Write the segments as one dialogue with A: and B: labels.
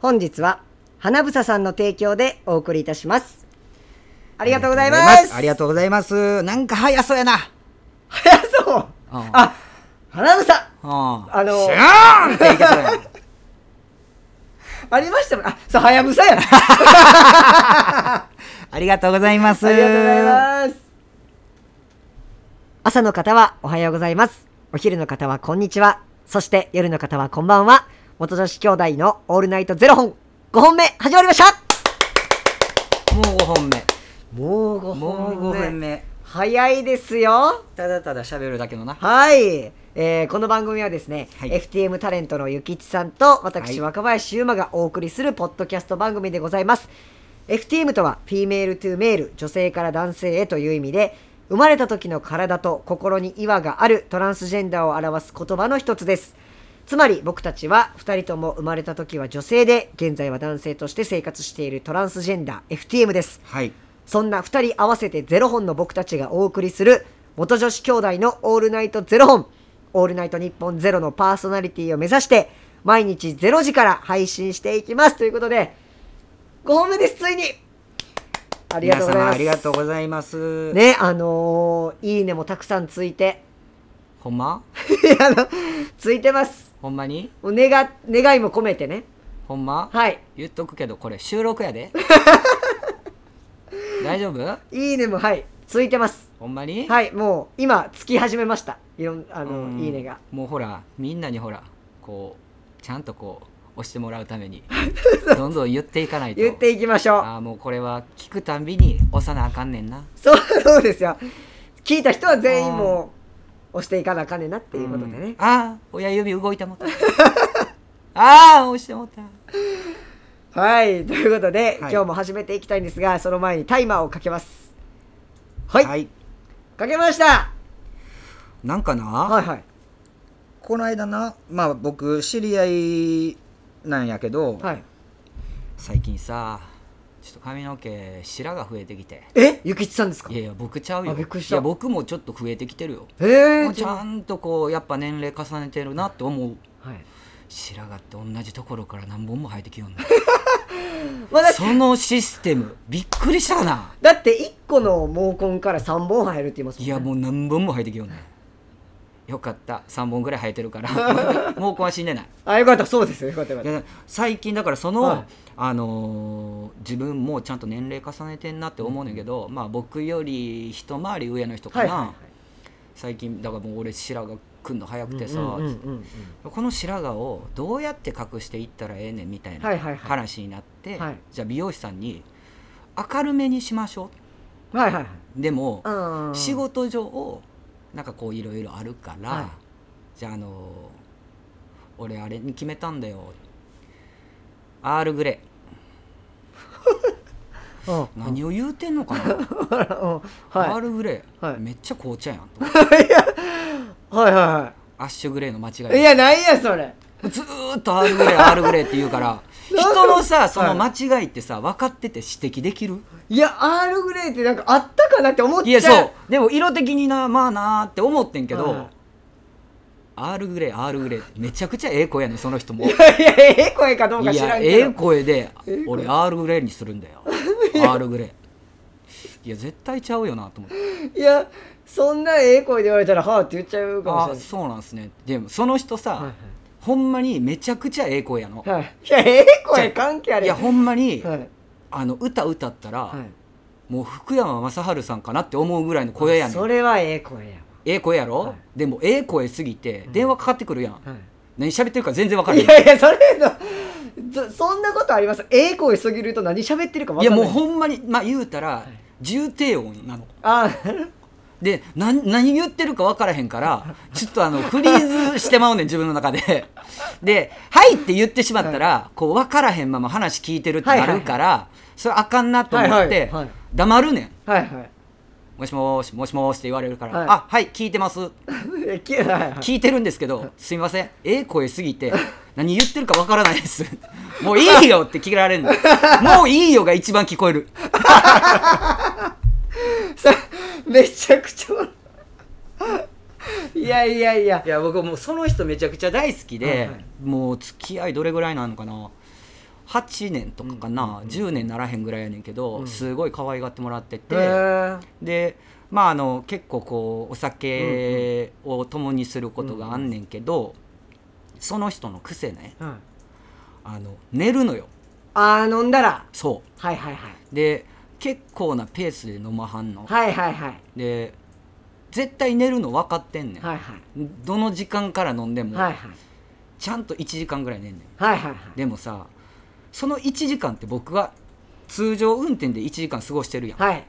A: 本日は花房さんの提供でお送りいたしますありがとうございます
B: ありがとうございます。なんか早そうやな。
A: 早そう
B: うん
A: あ花房
B: あ
A: あの
B: シャーンって言い方や な
A: ありましたもんあそうはやぶさ やあ
B: ありがとうございます。
A: りがとうございます朝の方はおはようございますお昼の方はこんにちはそして夜の方はこんばんは元女子兄弟のオールナイトゼロ本5本目始まりました
B: もう5本目。
A: もう5
B: もう5本目。
A: 早いですよ
B: ただただ喋るだけのな。
A: はい、えーこの番組はですね、
B: はい
A: FTM タレントのゆきちさんと私、
B: は
A: 若林優馬がお送りするポッドキャスト番組でございます。FTM とはフィメールトゥーメール女性から男性へという意味で生まれた時の体と心に違和があるトランスジェンダーを表す言葉の一つです。つまり僕たちは2人とも生まれた時は女性で現在は男性として生活しているトランスジェンダー FTM です。
B: はい。
A: そんな2人合わせてゼロ本の僕たちがお送りする元女子兄弟のオールナイトゼロ本オールナイト日本ゼロのパーソナリティを目指して毎日ゼロ時から配信していきますということで5本目ですついにありがとうございま
B: 皆様
A: す
B: ありがとうございます。
A: ねあのーいいねもたくさんついて
B: ほんま
A: あのついてます
B: ほんまに
A: お願願いも込めてね
B: ほんま
A: はい
B: 言っとくけどこれ収録 やで大丈夫
A: いいねもはいついてます
B: ほんまに
A: はいもう今つき始めましたいろんあ
B: あ
A: のいいねが
B: もうほらみんなにほらこうちゃんとこう押してもらう ためにどんどん言っていかないと
A: 言っていきましょう
B: ああもうこれは聞くたんびに押さなあかんねんな
A: そうそうですよ聞いた人は全員もう押していかなあかんねんなっていうことでね
B: ん、ああ親指動いた もったああ押してもった
A: はいということで、
B: はい
A: 今日も始めていきたいんですがその前にタイマーをかけますはい、
B: い
A: かけました
B: なんかな、
A: はいはい
B: この間なまあ僕知り合いなんやけど、
A: はい
B: 最近さちょっと髪の毛白が増えてきて
A: えゆきちさんですか
B: いやいや僕ちゃう
A: あ
B: よ
A: びっくりした
B: いや僕もちょっと増えてきてるよ
A: えー
B: もうちゃんとこうやっぱ年齢重ねてるなって思う
A: はい、
B: 白髪って同じところから何本も生えてきよんね
A: まあだって
B: そのシステムびっくりしたな
A: だって1個の毛根から3本入るって言いますもん
B: い
A: ね
B: やもう何本も生えてきよんねよかった3本ぐらい生えてるから もう毛根は死んでない
A: あよかったそうですよよかったよかっ
B: い
A: た
B: や最近だからその、
A: はい
B: あのー自分もちゃんと年齢重ねてんなって思うねんけど、まあ僕より一回り上の人か
A: はい
B: な、
A: はいはい
B: 最近だからもう俺白髪くんの早くてさ、
A: うんうんうんうん
B: この白髪をどうやって隠していったらええねんみたい
A: はい
B: な
A: はいはい
B: 話になって、
A: はい
B: じゃあ美容師さんに明るめにしましょ
A: うんはいはいはいう
B: でも
A: うん
B: 仕事上なんかこういろいろあるから、
A: はい
B: じゃああの俺あれに決めたんだよアールグレ
A: うん
B: イ何を言うてんのかな、
A: うん
B: アー
A: は
B: ルグレイ、
A: はい
B: めっちゃ紅茶やんと
A: いはいは
B: アッシュグレイの間違い
A: いはいいやなんやそれ
B: ずーっとアールグレイアールグレイって言うから 人のさその間違いってさ分かってて指摘できる
A: いや、アールグレイってなんかあったかなって思っちゃう。
B: いやそうでも色的になまあなーって思ってんけど、
A: はい
B: アールグレイアールグレイってめちゃくちゃええ声やねんその人も
A: いやいや、ええ声かどうか
B: い
A: 知ら
B: や
A: ん
B: え
A: け
B: え
A: ど。
B: 声で
A: え声
B: 俺アールグレイにするん だよアールグレイいや絶対ちゃうよなと思って
A: いや、そんなええ声で言われたら、はあって言っちゃうかもしれ
B: あ
A: ない。
B: そうなんすねでもその人さ、
A: はい
B: ほんまにめちゃくちゃええ声やの、
A: はい、いや、ええ声関係あ
B: い、
A: る
B: やほんまに、
A: はい。
B: あの歌歌ったら、
A: はい
B: もう福山雅治さんかなって思うぐらいの声やね
A: そ
B: ん
A: れはええ声や
B: ええ声やろ、
A: はい
B: でもええ声すぎて電話かかってくるやん、
A: わ。は
B: 何喋ってるか全然わか
A: い。
B: らへ
A: い
B: ん
A: やいや、それの、そそんなことあります。ええ声すぎると何喋ってるかわ
B: い
A: か
B: や
A: んない。
B: もうほんまにまあ言うたら、重低音なの
A: あ
B: で何何言ってるか分からへんからちょっとあのフリーズしてまうねん自分の中でで「はい」って言ってしまったら、こう分からへんまま話聞いてるってなるから、それあかんなと思
A: はいは
B: っ
A: い
B: て
A: はい
B: 黙るねん
A: あ、はいはい。
B: 「もしもしもしもし」って言われるから
A: は
B: 「
A: い
B: あはい聞いてます」
A: えきはいはい
B: 聞いてるんですけど「すみませんええ声すぎて何言ってるか分からないです」「もういいよ」って聞られるの「もういいよ」が一番聞こえる
A: さめちゃくちゃ。いやいやいや
B: い。や僕もうその人めちゃくちゃ大好きで、
A: はいはい
B: もう付き合いどれぐらいなのかな8年とかかな、10年ならへんぐらいやねんけど、すごい可愛がってもらってて、
A: へー
B: でまああの結構こうお酒を共にすることがあんねんけど、その人の癖ね
A: うん
B: あの寝るのよ
A: あー飲んだら
B: そ
A: はいはいはいう
B: で結構なペースで飲まはんの、
A: はいはいはい
B: で絶対寝るの分かってんねん、
A: はいはい
B: どの時間から飲んでも、
A: はいはい
B: ちゃんと1時間ぐらい寝んねん
A: はいはいはい
B: でもさその1時間って僕は通常運転で1時間過ごしてるやん
A: はい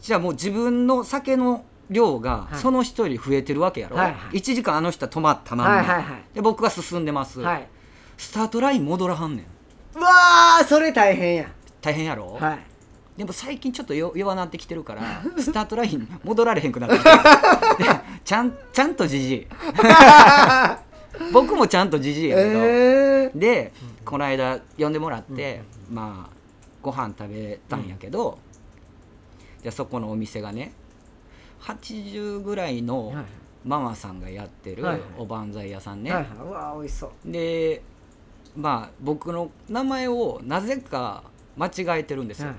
B: じゃあもう自分の酒の量が
A: はい
B: その人より増えてるわけやろ、
A: はいはい
B: 1時間あの人は止まったまんま、
A: はいはいはい
B: で僕は進んでます、
A: はい
B: スタートライン戻らはんねん
A: うわーそれ大変や
B: 大変やろ、
A: はい
B: でも最近ちょっとよ弱なってきてるからスタートライン戻られへんくなって きてるでちゃんちゃんとじじい僕もちゃんとじじいやけど、
A: えー
B: でこの間呼んでもらって、まあご飯食べたんやけど、でそこのお店がね80ぐらいの
A: はい
B: ママさんがやってる
A: はいはい
B: おばんざい屋さんね、
A: はいはいうわー美味しそう
B: でまあ僕の名前をなぜか間違えてるんですよ、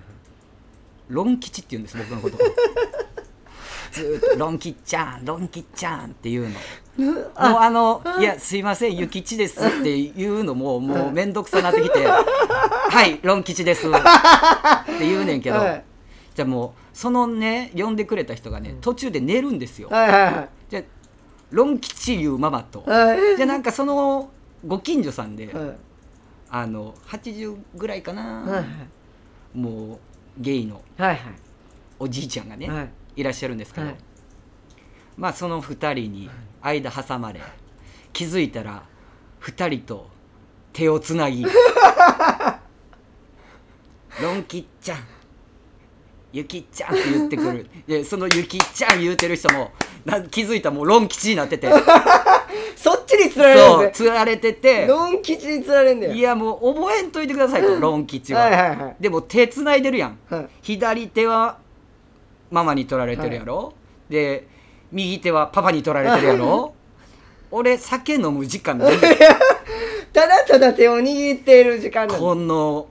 B: ロン吉って言うんです僕 のことずーっと「ロン吉ちゃんロン吉ちゃん」って言うの。
A: うん
B: もうあの「いやすいませんゆきちです」っていうのももう面倒くさなってきて「 はいロン吉です」って言うねんけど、
A: はい
B: じゃあもうそのね呼んでくれた人がね途中で寝るんですよ。
A: はいはいはい
B: じゃあロン吉いうママと、
A: はい
B: じゃあなんかそのご近所さんで、
A: うん
B: あの80ぐらいかな、
A: はいはい
B: もうゲイの
A: はい
B: おじいちゃんがね、
A: はい
B: い、らっしゃるんですけど、
A: はい
B: まあその2人に間挟まれ気づいたら2人と手をつ なぎ「ロンキッちゃん」「ユキッちゃん」って言ってく るでその「ユキッちゃん」言うてる人もな気づいたらもうロン吉になっ てて
A: そっちに釣られるん
B: そう
A: です
B: つられて
A: ね
B: て
A: ロン吉に釣られんだよ
B: いやもう覚えんといてください とロン吉は。
A: はいはいはい
B: でも手つないでるやん、
A: はい
B: 左手はママに取られてるやろ、で右手はパパに取られてるやろ俺酒飲む時間ない
A: ただただ手を握っている時間なんだ
B: この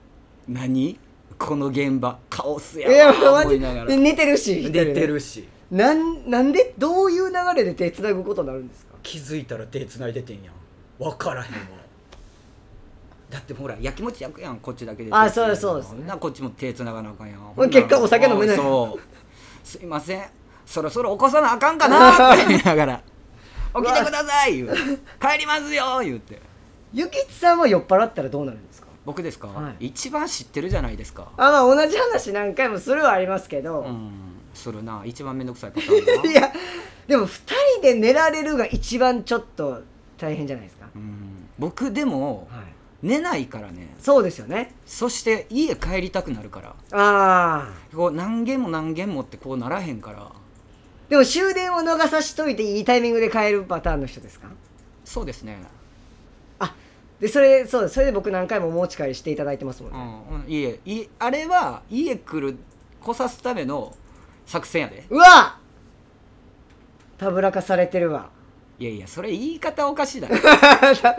B: 何この現場カオス
A: いや
B: やわ
A: マ
B: 思い
A: ジ
B: なが
A: で
B: ら
A: 寝てるし
B: 出
A: 一人で
B: てるし
A: なんなんでどういう流れで手つなぐことになるんですか
B: 気づいたら手つないでてんやん分からへんわだってほらやきもち焼くやんこっちだけで
A: あそうですそうです
B: なこっちも手つながなあかんやん
A: う結果お酒飲めない
B: そうすいませんそろそろ起こさなあかんかなって言いながら「起きてください」言う帰りますよ」言うて
A: ゆきちさんは酔っ払ったらどうなるんですか
B: 僕ですか、
A: はい
B: 一番知ってるじゃないですか
A: あまあ同じ話何回もするはありますけど、
B: うんするな一番めんどくさいパター ンだない
A: やでも2人で寝られるが一番ちょっと大変じゃないですか、
B: うん僕でも
A: はい、
B: 寝ないからね
A: そうですよね
B: そして家帰りたくなるから
A: ああ
B: こう何軒も何軒もってこうならへんから
A: でも終電を逃さしといていいタイミングで帰るパターンの人ですか
B: そうですね、
A: あでそれそうですそれで僕何回もお持ち帰りしていただいてますもん
B: う
A: ね、
B: ん、家いあれは家来る来さすための作戦やで
A: うわたぶらかされてるわ
B: いやいやそれ言い方おかしいだ ろ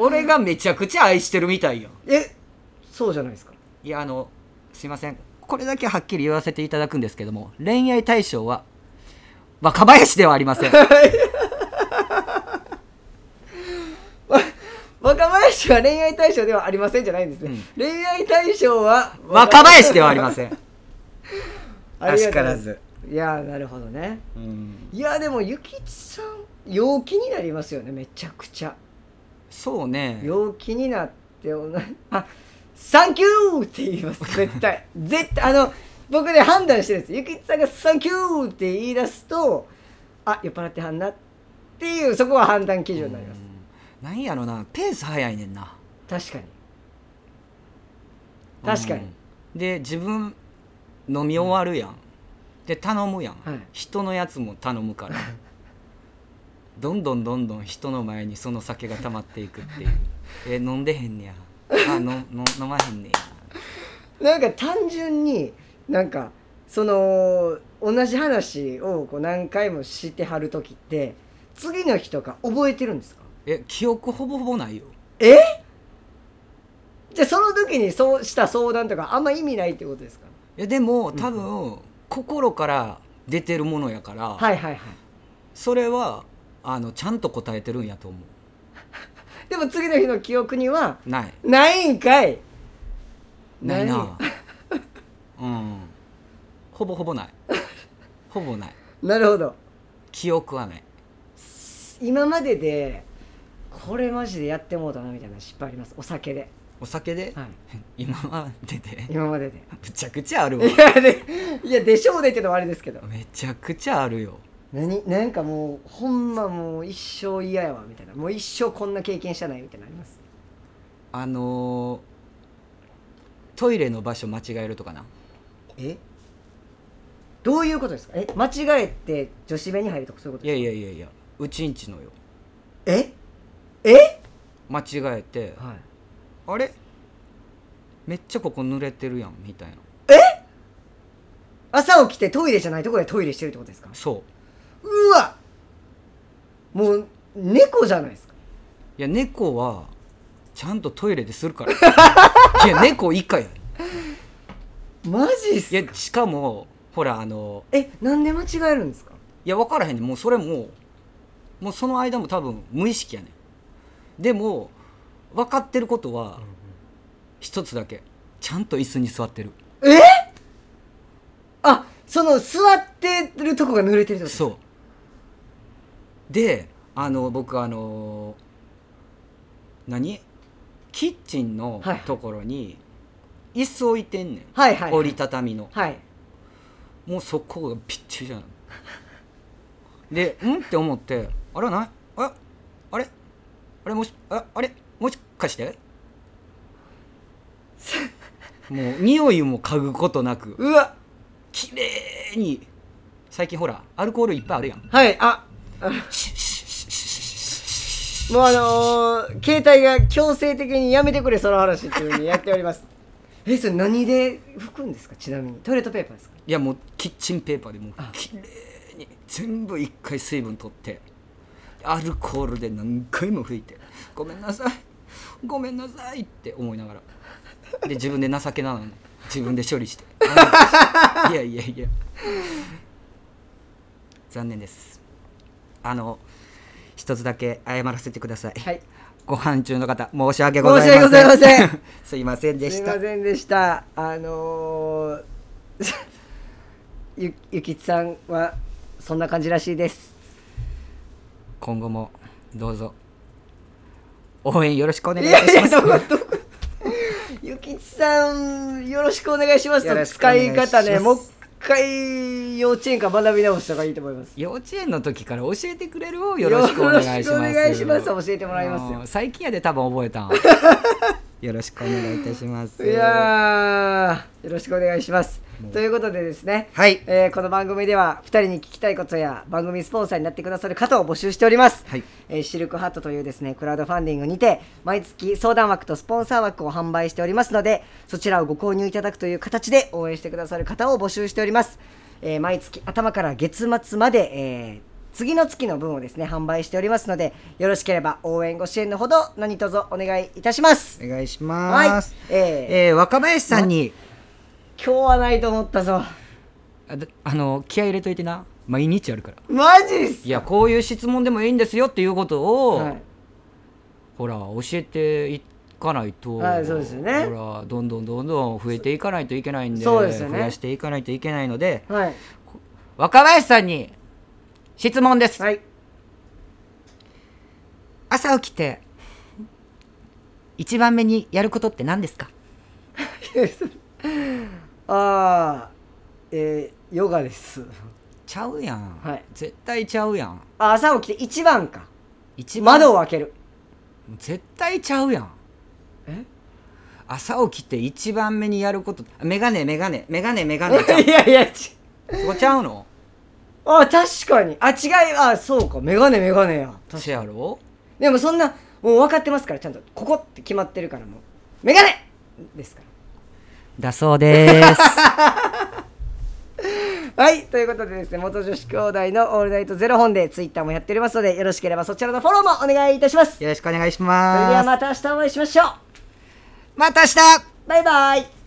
B: 俺がめちゃくちゃ愛してるみたいよ
A: えそうじゃないですか
B: いやあのすいませんこれだけはっきり言わせていただくんですけども恋愛対象は若林ではありません
A: 若林は恋愛対象ではありませんじゃないんですね、
B: うん
A: 恋愛対象は
B: 若林ではありま せん、
A: ありがとうございま
B: あし
A: す
B: から
A: いやーなるほどね
B: うん、
A: いやでもゆきちさん陽気になりますよねめちゃくちゃ
B: そうね
A: 陽気になっておなあサンキューって言います絶 対絶対あの僕ね判断してるんですゆきちさんが「サンキュー」って言い出すとあ酔っ払ってはんなっていうそこは判断基準になります
B: うんなんやろなペース早いねんな
A: 確かに確かに、
B: うんで自分飲み終わるやん、で頼むやん、
A: はい
B: 人のやつも頼むから どんどんどんどん人の前にその酒が溜まっていくっていうえ飲んでへんねやあのの飲まへんね
A: な
B: や
A: んか単純になんかその同じ話をこう何回もしてはる時って次の日とか覚えてるんですか
B: え記憶ほぼほぼないよ
A: えじじゃあその時にそうした相談とかあんま意味ないってことですか
B: いやでも多分、心から出てるものやから、
A: はいはいはい
B: それはあのちゃんと答えてるんやと思
A: でも次の日の記憶には
B: うない
A: ないんかい
B: ないな
A: な
B: うんほぼほぼないほぼない
A: なるほど
B: 記憶はない
A: 今まででこれマジでやってもうたなみたいな失敗ありますお酒で、
B: お酒で、
A: はい、
B: 今までで
A: 今ま でで
B: むちゃくちゃあるわ
A: いやでいやでしょうねってのはあれですけど
B: めちゃくちゃあるよ
A: 何なんかもうほんまもう一生嫌やわみたいなもう一生こんな経験したないみたいなのあります
B: あのートイレの場所間違えるとかな
A: えどういうことですかえ間違えて女子部に入るとかそういうこと
B: いやいやいやいやうちんちのよ
A: ええ
B: 間違えて
A: はい
B: あれめっちゃここ濡れてるやんみたいな
A: 朝起きてトイレじゃないところでトイレしてるってことですか
B: そう
A: うわもう猫じゃないですか
B: いや猫はちゃんとトイレでするから いや猫以下や
A: マジっ
B: い
A: すか
B: やしかもほらあの
A: えなんで間違えるんですか
B: いや分からへんねんもうそれももうその間も多分無意識やねんでも分かってることは一つだけちゃんと椅子に座ってる
A: あその座ってるとこが濡れてるってことう
B: そうであの僕あの何キッチンの
A: はい
B: ところに椅子置いてんねん、
A: はいはいはい
B: 折りたたみの
A: はい
B: もうそこがぴっちりじゃないで「ん?」って思って「あれないああれあれもしああれもしかして?」もう匂いも嗅ぐことなく
A: うわ
B: 綺麗に最近ほらアルコールいっぱいあるやん
A: はいあ
B: シュッシュッシュッシュッシュッシュッシュッ
A: もうあのー携帯が強制的にやめてくれその話っていうふうにやっております えそれ何で拭くんですかちなみにトイレットペーパーですか
B: いやもうキッチンペーパーでもう
A: あ
B: 綺麗に全部一回水分取ってアルコールで何回も拭いて「ごめんなさいごめんなさい」って思いながらで自分で情けなのに自分で処理していやいやいや残念ですあの一つだけ謝らせてくださ い、
A: はい
B: ご飯中の方申し訳ございませ
A: 申
B: ん
A: し訳ございません
B: すいませんでし
A: すい
B: た
A: ませんでしたあのー ゆゆきつさんはそんな感じらしいです
B: 今後もどうぞ応援よろしくお願い
A: い
B: いた
A: やい
B: しま
A: や
B: す
A: どこどこゆきつさんよろしくお願いします
B: よ
A: と
B: ろしくお
A: 使
B: 願いし
A: い
B: ます
A: 方ねもう一回幼稚園から学び直した方がいいと思います
B: 幼稚園の時から教えてくれるよよろしくお願いします
A: よろしくお願いします教えてもらいますよ
B: もう最近やで多分覚えたん よろしくお願いいたします
A: いやーよろしくお願いしますということでですね
B: はい
A: えーこの番組では2人に聞きたいことや番組スポンサーになってくださる方を募集しております、
B: はい
A: えーシルクハットというですねクラウドファンディングにて毎月相談枠とスポンサー枠を販売しておりますのでそちらをご購入いただくという形で応援してくださる方を募集しております、えー毎月頭から月末まで、えー次の月の分をですね販売しておりますのでよろしければ応援ご支援のほど何卒お願いいたします
B: お願いします、
A: はいえ
B: えー若林さんに
A: 今日はないと思ったぞ
B: あだあの気合い入れといてな毎日やるから
A: マジっす
B: いやこういう質問でもいいんですよっていうことを、
A: はい
B: ほら教えていかないと、
A: はいそうですよね
B: ほらどんどんどんどん増えていかないといけないんで
A: そうですよね
B: 増やしていかないといけないので
A: はい
B: 若林さんに質問です、
A: はい
B: 朝起きて一番目にやることって何ですか
A: ああ、えー、ヨガです。
B: ちゃうやん、
A: はい
B: 絶対ちゃうやん
A: あ朝起きて一番か。
B: 一番
A: 窓を開ける。
B: 絶対ちゃうやん
A: え
B: 朝起きて一番目にやることメガネメガネメガネメガネち ゃ
A: いやいや、ち
B: うそこちゃうの
A: あ確かに。あ、違い、あそうか。メガネメガネや。
B: せやろ
A: でもそんな、もう分かってますから、ちゃんと。ここって決まってるから、もう。メガネですから。
B: だそうです
A: はい、ということでですね、元女子兄弟のオールナイトゼロ本でツイッターもやっておりますので、よろしければそちらのフォローもお願いいたします。それ
B: よろしくお願いします
A: ではまた明日お会いしましょう。
B: また明日
A: バイバイ